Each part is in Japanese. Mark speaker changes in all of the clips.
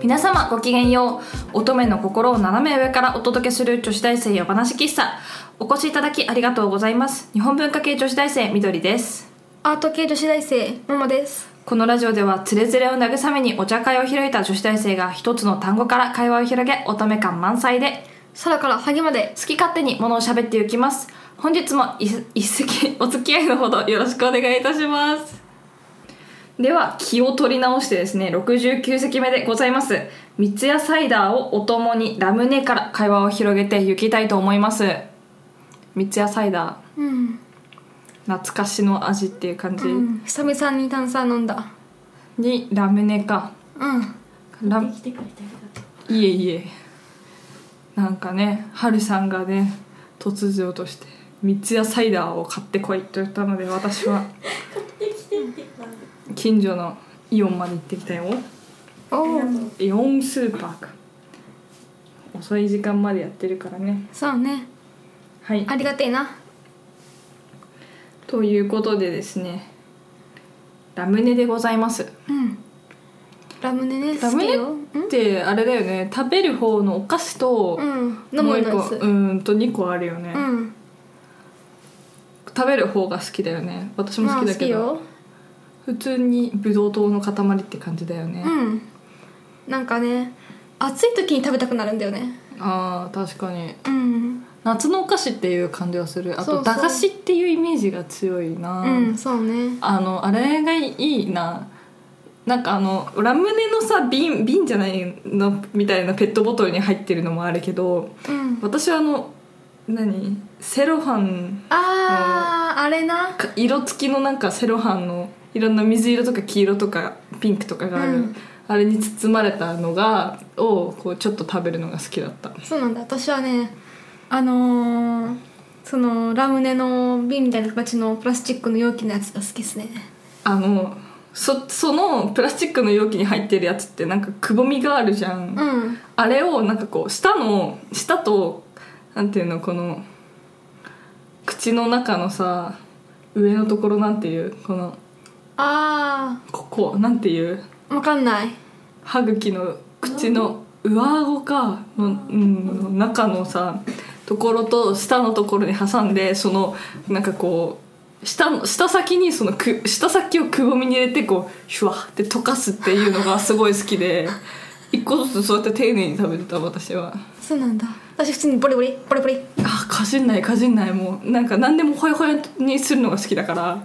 Speaker 1: 皆様ごきげんよう乙女の心を斜め上からお届けする女子大生夜話喫茶お越しいただきありがとうございます日本文化系女子大生みどりです
Speaker 2: アート系女子大生ももです
Speaker 1: このラジオではつれづれを慰めにお茶会を開いた女子大生が一つの単語から会話を広げ乙女感満載で
Speaker 2: 空からハゲまで
Speaker 1: 好き勝手にものを喋っていきます本日もいす一席お付き合いのほどよろしくお願いいたしますでは気を取り直してですね69席目でございます三ツ矢サイダーをお供にラムネから会話を広げていきたいと思います三ツ矢サイダ
Speaker 2: うん、
Speaker 1: ー懐かしの味っていう感じ
Speaker 2: うん、久々に炭酸飲んだ
Speaker 1: にラムネか
Speaker 2: うん
Speaker 1: ラムいえいえなんかねハルさんがね突如として三ツ矢サイダーを買ってこいと言ったので私は近所のイオンまで行ってきたよ
Speaker 2: おお
Speaker 1: イオンスーパーか遅い時間までやってるからね
Speaker 2: そうね
Speaker 1: はい
Speaker 2: ありがてえな
Speaker 1: ということでですねラムネでございます
Speaker 2: うんラムネね
Speaker 1: ラムネ
Speaker 2: 好きよ
Speaker 1: であれだよね食べる方のお菓子と、
Speaker 2: うん、うん、飲
Speaker 1: もう
Speaker 2: む
Speaker 1: 一個
Speaker 2: のや
Speaker 1: う
Speaker 2: つ
Speaker 1: ーんと2個あるよね、
Speaker 2: うん
Speaker 1: 食べる方が好きだよね私も
Speaker 2: まあ
Speaker 1: 好きだけど、
Speaker 2: 好
Speaker 1: 普通にブドウ糖の塊って感じだよね、
Speaker 2: きようんなんかね暑い時に食べたくなるんだよね
Speaker 1: あー確かに
Speaker 2: うん
Speaker 1: 夏のお菓子っていう感じはするあ
Speaker 2: そうそ
Speaker 1: と
Speaker 2: う
Speaker 1: 駄菓子っていうイメージが強いな、
Speaker 2: うんそうね
Speaker 1: あのあれがいいななんかあのラムネのさ瓶瓶じゃないのみたいなペットボトルに入ってるのもあるけど
Speaker 2: うん
Speaker 1: 私はあの何セロハン
Speaker 2: あーあれな
Speaker 1: か色付きのなんかセロハンのいろんな水色とか黄色とかピンクとかがある、
Speaker 2: うん
Speaker 1: あれに包まれたのがをこうちょっと食べるのが好きだった
Speaker 2: そうなんだ私はねあのーそのラムネの瓶みたいな形のプラスチックの容器のやつが好きですね
Speaker 1: あのそそのプラスチックの容器に入ってるやつってなんかくぼみがあるじゃん、
Speaker 2: うん
Speaker 1: あれをなんかこう舌の舌となんていうのこの口の中のさ上のところなんていうこの
Speaker 2: あ
Speaker 1: ここなんていう
Speaker 2: ーわかんない
Speaker 1: 歯茎の口の上顎かの、うん、中のさところと下のところに挟んでそのなんかこう下の下先にそのく下先をくぼみに入れてこうシュワって溶かすっていうのがすごい好きで 一個ずつそうやって丁寧に食べてた私は
Speaker 2: そうなんだ私普通にボリボリボリボリ
Speaker 1: あかじんないかじんないもうなんか何でもほやほやにするのが好きだから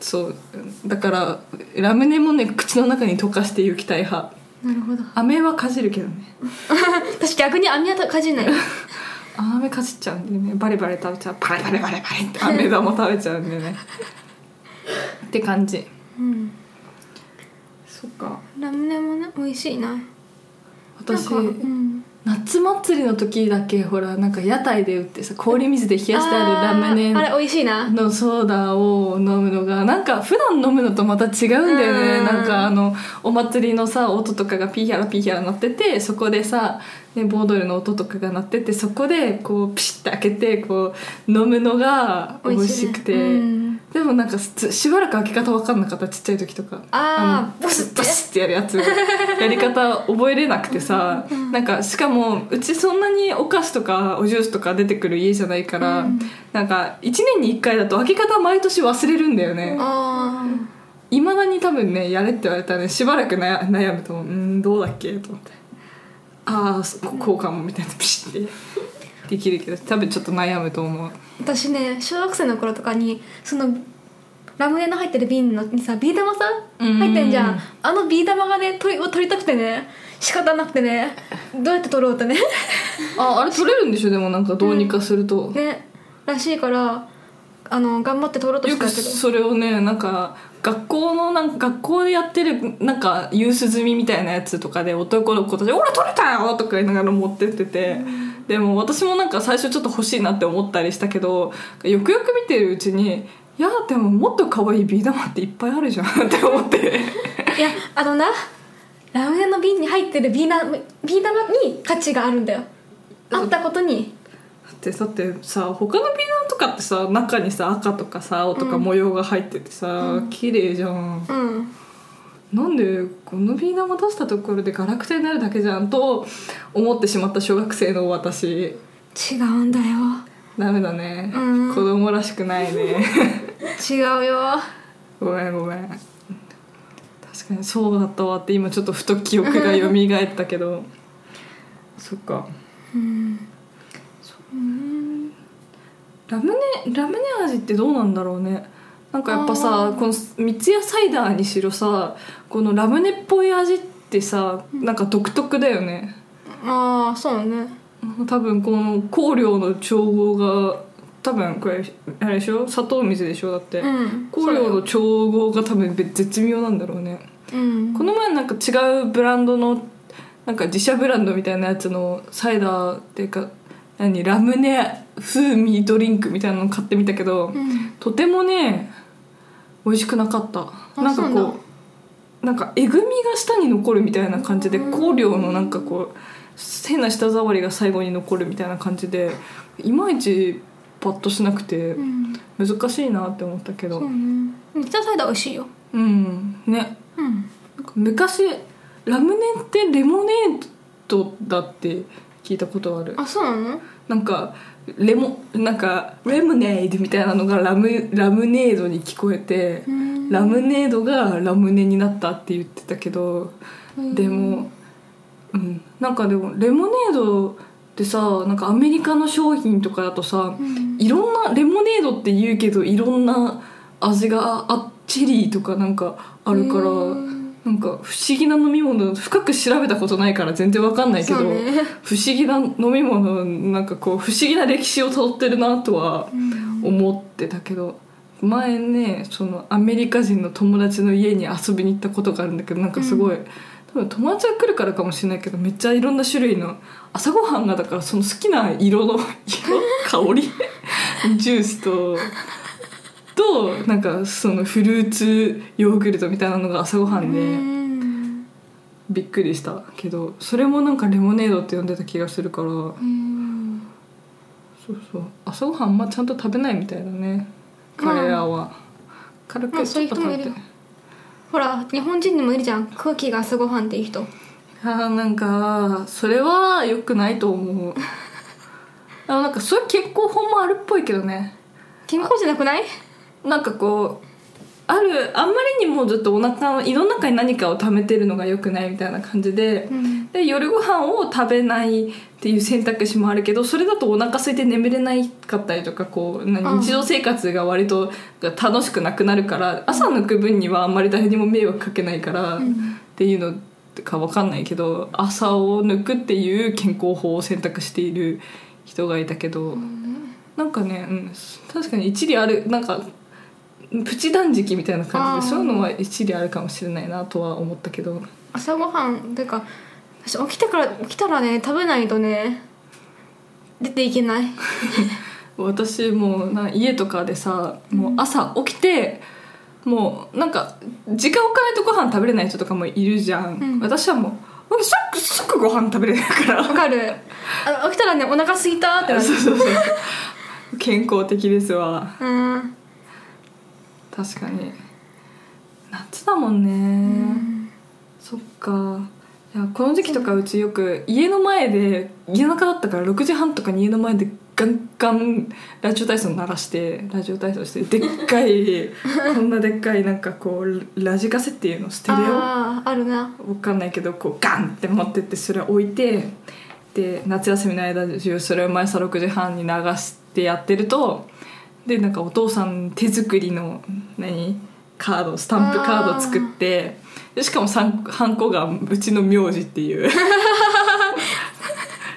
Speaker 1: そうだからラムネもね口の中に溶かしていきたい派
Speaker 2: なるほど
Speaker 1: 飴はかじるけどね
Speaker 2: 私逆に網はかじんない
Speaker 1: 飴かじっちゃうんでねバレバレ食べちゃうバレバレバレバレって飴玉食べちゃうんでねって感じ
Speaker 2: うん
Speaker 1: そっか
Speaker 2: ラムネもね美味しいな
Speaker 1: 私
Speaker 2: なんかうん
Speaker 1: 夏祭りの時だけほらなんか屋台で売ってさ氷水で冷やしてあるラムネ
Speaker 2: あーあれ美味しいな
Speaker 1: のソーダを飲むのがなんか普段飲むのとまた違うんだよ
Speaker 2: う
Speaker 1: ね
Speaker 2: ん
Speaker 1: なんかあのお祭りのさ音とかがピーヒャラピーヒャラ鳴っててそこでさ、ね、ボードルの音とかが鳴っててそこでこうピシッて開けてこう飲むのが美味しくて
Speaker 2: 美味しいねうん
Speaker 1: でもなんかつしばらく開け方分かんなかったちっちゃい時とか
Speaker 2: あー
Speaker 1: の
Speaker 2: ボスって
Speaker 1: ボスってやるやつやり方覚えれなくて さなんかしかもうちそんなにお菓子とかおジュースとか出てくる家じゃないから、
Speaker 2: うん
Speaker 1: なんか1年に1回だと開け方毎年忘れるんだよね
Speaker 2: あー
Speaker 1: いま、未だに多分ねやれって言われたらねしばらく悩悩むと思ううんどうだっけと思ってああここうかもみたいなピシッてできるけど多分ちょっと悩むと思う
Speaker 2: 私ね小学生の頃とかにそのラムネの入ってる瓶のにさビー玉さ
Speaker 1: うん
Speaker 2: 入ってんじゃんあのビー玉がね取りを取りたくてね仕方なくてねどうやって取ろうって ね
Speaker 1: ああれ取れるんでしょでもなんかどうにかすると、
Speaker 2: ねらしいからあの頑張って取ろうと
Speaker 1: よ
Speaker 2: した
Speaker 1: く
Speaker 2: けど
Speaker 1: それをねなんか学校のなんか学校でやってるなんかユース済みみたいなやつとかで男の子たち「俺取れたよ!」とか言いながら持ってってて、でも私もなんか最初ちょっと欲しいなって思ったりしたけどよくよく見てるうちに「いやでももっと可愛いビー玉っていっぱいあるじゃん」 って思って
Speaker 2: いやあのなラムネの瓶に入ってるビーなビー玉に価値があるんだよあったことに
Speaker 1: だってだってさ他のビー玉とかってさ中にさ赤とかさ青とか模様が入っててさ、綺麗じゃん
Speaker 2: うん
Speaker 1: なんでこのビー玉出したところでガラクタになるだけじゃんと思ってしまった小学生の私
Speaker 2: 違うんだよ
Speaker 1: ダメだね、
Speaker 2: うん
Speaker 1: 子供らしくないね
Speaker 2: 違うよ
Speaker 1: ごめんごめん確かにそうだったわって今ちょっとふと記憶が蘇ったけど そっか
Speaker 2: うん
Speaker 1: ラムネラムネ味ってどうなんだろうねなんかやっぱさこの三ツ矢サイダーにしろさこのラムネっぽい味ってさなんか独特だよね、
Speaker 2: ああそうね
Speaker 1: 多分この香料の調合が多分これあれでしょ砂糖水でしょだって、
Speaker 2: うん
Speaker 1: 香料の調合が多分別絶妙なんだろうね
Speaker 2: うん
Speaker 1: この前なんか違うブランドのなんか自社ブランドみたいなやつのサイダーっていうか何ラムネ風味ドリンクみたいなの買ってみたけど、
Speaker 2: うん
Speaker 1: とてもね美味しくなかった
Speaker 2: あ
Speaker 1: なんか
Speaker 2: そうな
Speaker 1: こ
Speaker 2: ん
Speaker 1: うなんかえぐみが舌に残るみたいな感じで
Speaker 2: うん
Speaker 1: 香料のなんかこう変な舌触りが最後に残るみたいな感じでいまいちパッとしなくて
Speaker 2: うん
Speaker 1: 難しいなって思ったけ
Speaker 2: そ
Speaker 1: ど
Speaker 2: うね三ツ矢サイダー美味しいよ
Speaker 1: うんね
Speaker 2: うん
Speaker 1: なんか昔ラムネってレモネードだって聞いたことある
Speaker 2: あそうなの
Speaker 1: なんかレモなんかレモネードみたいなのがラムラムネードに聞こえて
Speaker 2: うん
Speaker 1: ラムネードがラムネになったって言ってたけど
Speaker 2: うん
Speaker 1: でもうんなんかでもレモネードってさなんかアメリカの商品とかだとさ
Speaker 2: うん
Speaker 1: いろんなレモネードって言うけどいろんな味があチェリーとかなんかあるから
Speaker 2: うん
Speaker 1: なんか不思議な飲み物深く調べたことないから全然わかんないけど
Speaker 2: そうね
Speaker 1: 不思議な飲み物なんかこう不思議な歴史をたどってるなとは
Speaker 2: うん
Speaker 1: 思ってたけど前ねそのアメリカ人の友達の家に遊びに行ったことがあるんだけどなんかすごい、多分友達が来るからかもしれないけどめっちゃいろんな種類の朝ごはんがだからその好きな色の色香り ジュースと。となんかそのフルーツヨーグルトみたいなのが朝ごはんで、
Speaker 2: うん
Speaker 1: びっくりしたけどそれもなんかレモネードって呼んでた気がするから
Speaker 2: うん
Speaker 1: そうそう朝ごはんあんまちゃんと食べないみたいだね彼らは、軽
Speaker 2: ま
Speaker 1: く
Speaker 2: あ
Speaker 1: ちょっと
Speaker 2: そ
Speaker 1: 食
Speaker 2: ういう
Speaker 1: べ
Speaker 2: 人
Speaker 1: て
Speaker 2: もいるほら日本人にもいるじゃん空気が朝ごはんっていい人
Speaker 1: あーなんかそれは良くないと思 うあなんかそういう健康法もあるっぽいけどね
Speaker 2: 健康じゃなくない
Speaker 1: なんかこうあるあんまりにもずっとお腹の胃の中に何かを溜めてるのが良くないみたいな感じで、
Speaker 2: うん
Speaker 1: で夜ご飯を食べないっていう選択肢もあるけどそれだとお腹空いて眠れないかったりとかこう
Speaker 2: う
Speaker 1: 何
Speaker 2: ん
Speaker 1: 日常生活が割と楽しくなくなるから朝の区分にはあんまり誰にも迷惑かけないからっ
Speaker 2: うん
Speaker 1: ていうのか分かんないけど朝を抜くっていう健康法を選択している人がいたけどなんかね、うん、確かに一理あるなんかプチ断食みたいな感じで
Speaker 2: あー
Speaker 1: そういうのは一理あるかもしれないなとは思ったけど。
Speaker 2: 朝ごはんてか私起きてから起きたらね食べないとね出ていけない
Speaker 1: 私もうな家とかでさもう朝起きて、もうなんか時間置かないとご飯食べれない人とかもいるじゃん、
Speaker 2: うん
Speaker 1: 私はもう俺即即ご飯食べれないか
Speaker 2: わ
Speaker 1: ら
Speaker 2: かるあ起きたらねお腹すいたってなる
Speaker 1: そうそうそう健康的ですわ
Speaker 2: うん
Speaker 1: 確かに夏だもんね、そっかいやこの時期とかうちよく家の前で家の中だったから6時半とかに家の前でガンガンラジオ体操鳴らしてラジオ体操してでっかいこんなでっかいなんかこうラジカセっていうのステレオ
Speaker 2: あああるな
Speaker 1: わかんないけどこうガンって持ってってそれ置いてで夏休みの間中それを毎朝6時半に流してやってるとでなんかお父さん手作りの何カードスタンプカード作ってでしかもさんハンコがうちの名字っていう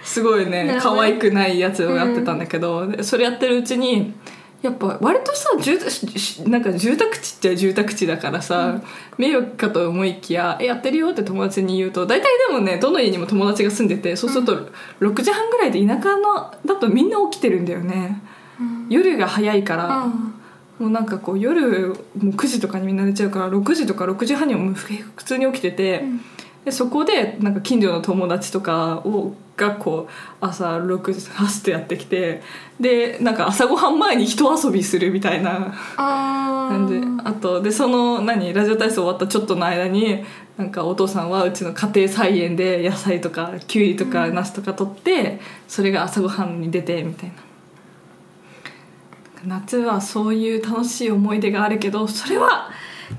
Speaker 1: すごい
Speaker 2: な
Speaker 1: ね
Speaker 2: るほど
Speaker 1: 可愛くないやつをやってたんだけど、でそれやってるうちにやっぱ割とさ住ししなんか住宅地っちゃ住宅地だからさ、迷惑かと思いきや「えやってるよ」って友達に言うと大体でもねどの家にも友達が住んでてそうすると6時半ぐらいで田舎のだとみんな起きてるんだよね
Speaker 2: うん
Speaker 1: 夜が早いから、
Speaker 2: あ
Speaker 1: もうなんかこう夜もう9時とかにみんな寝ちゃうから6時とか6時半にも普通に起きてて、
Speaker 2: うん
Speaker 1: でそこでなんか近所の友達とかをがこう朝6時走ってやってきてでなんか朝ごはん前に人遊びするみたいな
Speaker 2: あ
Speaker 1: 感じあとでその何ラジオ体操終わったちょっとの間になんかお父さんはうちの家庭菜園で野菜とかきゅうりとかナスとか取ってそれが朝ごはんに出てみたいな夏はそういう楽しい思い出があるけどそれは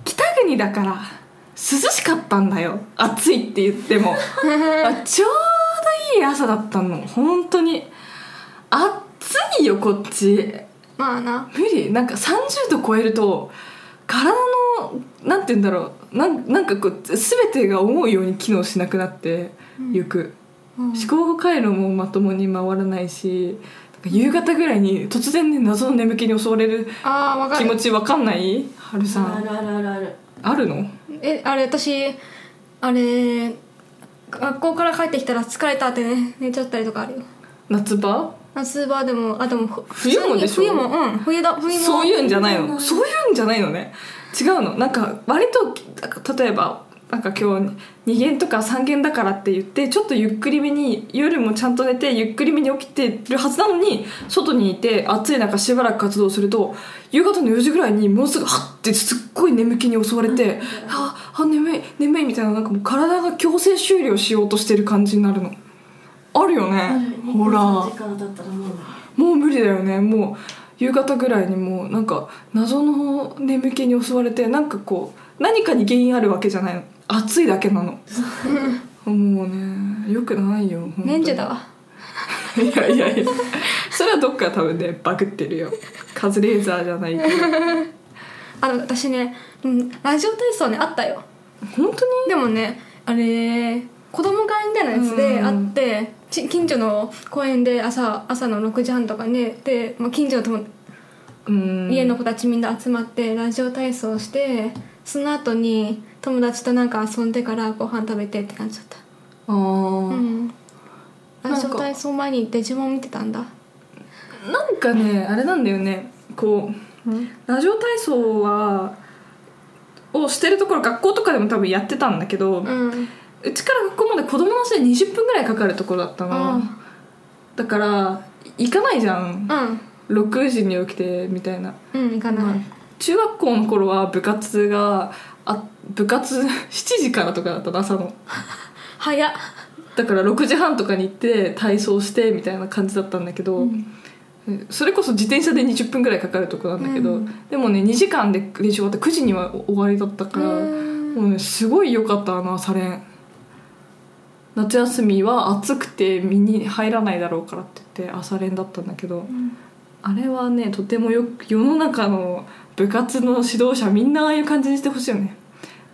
Speaker 1: 北国だから涼しかったんだよ暑いって言ってもあちょうどいい朝だったの本当に暑いよこっち
Speaker 2: まあな
Speaker 1: 無理なんか30度超えると体のなんて言うんだろうなんなんかこう全てが思うように機能しなくなってゆく、
Speaker 2: うん
Speaker 1: 思考回路もまともに回らないしなんか夕方ぐらいに突然ね謎の眠気に襲われる
Speaker 2: ああわか
Speaker 1: 気
Speaker 2: る
Speaker 1: 持ちわかんないはるさ
Speaker 3: あ
Speaker 1: ん
Speaker 3: るあるあるある
Speaker 1: あるの
Speaker 2: えあれ私あれ学校から帰ってきたら疲れたってね寝ちゃったりとかあるよ
Speaker 1: 夏場
Speaker 2: 夏場でもあでもふ
Speaker 1: 冬もでしょ
Speaker 2: 普通に冬もうん冬だ冬も
Speaker 1: そういうんじゃない
Speaker 3: 冬
Speaker 1: の
Speaker 3: も
Speaker 1: そういうんじゃないのね違うのなんか割と例えばなんか今日2限とか3限だからって言ってちょっとゆっくりめに夜もちゃんと寝てゆっくりめに起きてるはずなのに外にいて暑い中しばらく活動すると夕方の4時ぐらいにもうすぐハッてすっごい眠気に襲われて「ああ眠い眠い」みたいななんかもう体が強制終了しようとしてる感じになるのあるよ
Speaker 3: ある
Speaker 1: ねほら
Speaker 3: 23時間だったらもう
Speaker 1: もう無理だよねもう夕方ぐらいにもうなんか謎の眠気に襲われてなんかこう何かに原因あるわけじゃないの暑いだけなのもうねよくないよ本当に
Speaker 2: 年中だわ
Speaker 1: いやいやいやそれはどっか多分ねバグってるよカズレーザーじゃないけど
Speaker 2: あの私ね、うん、ラジオ体操ねあったよ
Speaker 1: 本当に
Speaker 2: でもねあれ子供会みたいなやつで
Speaker 1: うん
Speaker 2: あって、ち近所の公園で朝朝の6時半とかねで、まあ、近所の友
Speaker 1: うん
Speaker 2: 家の子たちみんな集まってラジオ体操してその後に友達となんか遊んでからご飯食べてって感じだった
Speaker 1: あー、
Speaker 2: うん
Speaker 1: なん
Speaker 2: ラ
Speaker 1: か
Speaker 2: ジオ体操前にデジモン見てたんだ
Speaker 1: なんかねあれなんだよねこうラジオ体操はをしてるところ学校とかでも多分やってたんだけど、
Speaker 2: うん
Speaker 1: うちから学校まで子供の足で20分ぐらいかかるところだったの、
Speaker 2: うん
Speaker 1: だから行かないじゃん
Speaker 2: うん
Speaker 1: 6時に起きてみたいな、
Speaker 2: うん行か
Speaker 1: ま
Speaker 2: な
Speaker 1: あ
Speaker 2: い
Speaker 1: 中学校の頃は部活があ部活7時からとかだったの朝の
Speaker 2: 早っ
Speaker 1: だから6時半とかに行って体操してみたいな感じだったんだけど、それこそ自転車で20分ぐらいかかるとこなんだけど、
Speaker 2: うん
Speaker 1: でもね2時間で練習終わって9時には終わりだったから、
Speaker 2: うん
Speaker 1: もうねすごい良かったあの朝練夏休みは暑くて身に入らないだろうからって言って朝練だったんだけど、あれはねとてもよく世の中の部活の指導者みんなああいう感じにしてほしいよね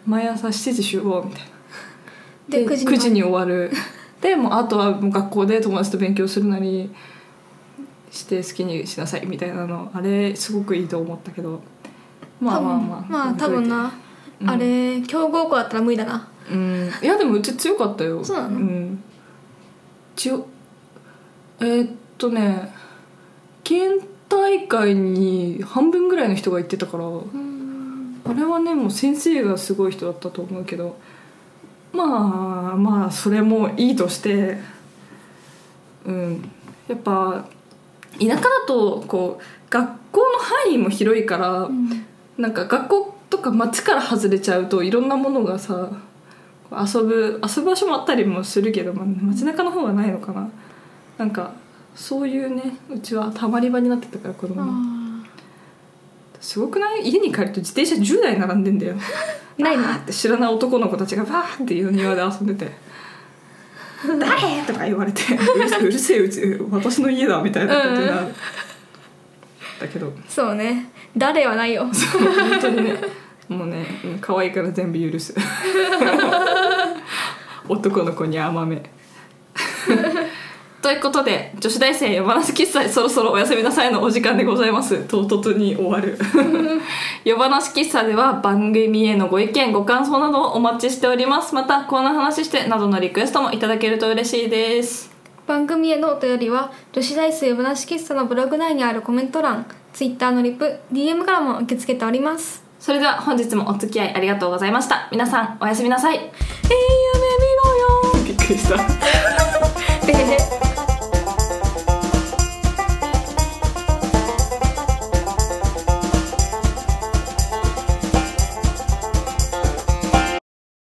Speaker 1: 毎朝7時集合みたいな
Speaker 2: で
Speaker 1: で
Speaker 2: 9
Speaker 1: 9
Speaker 2: 時
Speaker 1: 時
Speaker 2: に
Speaker 1: に終わる でもうあとはもう学校で友達と勉強するなりして好きにしなさいみたいなのあれすごくいいと思ったけどまあまあまあ
Speaker 2: まあ多分な、
Speaker 1: うん
Speaker 2: あれ強豪校だったら無理だな
Speaker 1: うんいやでもうち強かったよ
Speaker 2: そうなの
Speaker 1: ん、ちよえーっとね県大会に半分ぐらいの人が行ってたからあれはねもう先生がすごい人だったと思うけどまあまあそれもいいとしてうんやっぱ田舎だとこう学校の範囲も広いから、なんか学校とか町から外れちゃうといろんなものがさこう遊ぶ遊ぶ場所もあったりもするけど、まあ、街中の方がないのかななんかそういうねうちはたまり場になってたから子供の
Speaker 2: あ
Speaker 1: すごくない家に帰ると自転車10台並んでんだよ
Speaker 2: ーない
Speaker 1: あ
Speaker 2: な
Speaker 1: ーって知らない男の子たちがバーって庭で遊んでて「誰?」とか言われて「うるせえうるせえうち私の家だ」みたいなことになる、
Speaker 2: うん
Speaker 1: だけど
Speaker 2: そうね誰はないよ
Speaker 1: 本当にねもうねうん可愛いから全部許す 男の子に甘め ということで女子大生夜話喫茶そろそろおやすみなさいのお時間でございます唐突に終わ る夜話喫茶では番組へのご意見ご感想などをお待ちしておりますまたこんな話してなどのリクエストもいただけると嬉しいです
Speaker 2: 番組へのお便りは女子大生話喫茶のブログ内にあるコメント欄 Twitter のリプ DM からも受け付けております
Speaker 1: それでは本日もお付き合いありがとうございました皆さんおやすみなさい
Speaker 2: Hey, you made me
Speaker 1: っくりした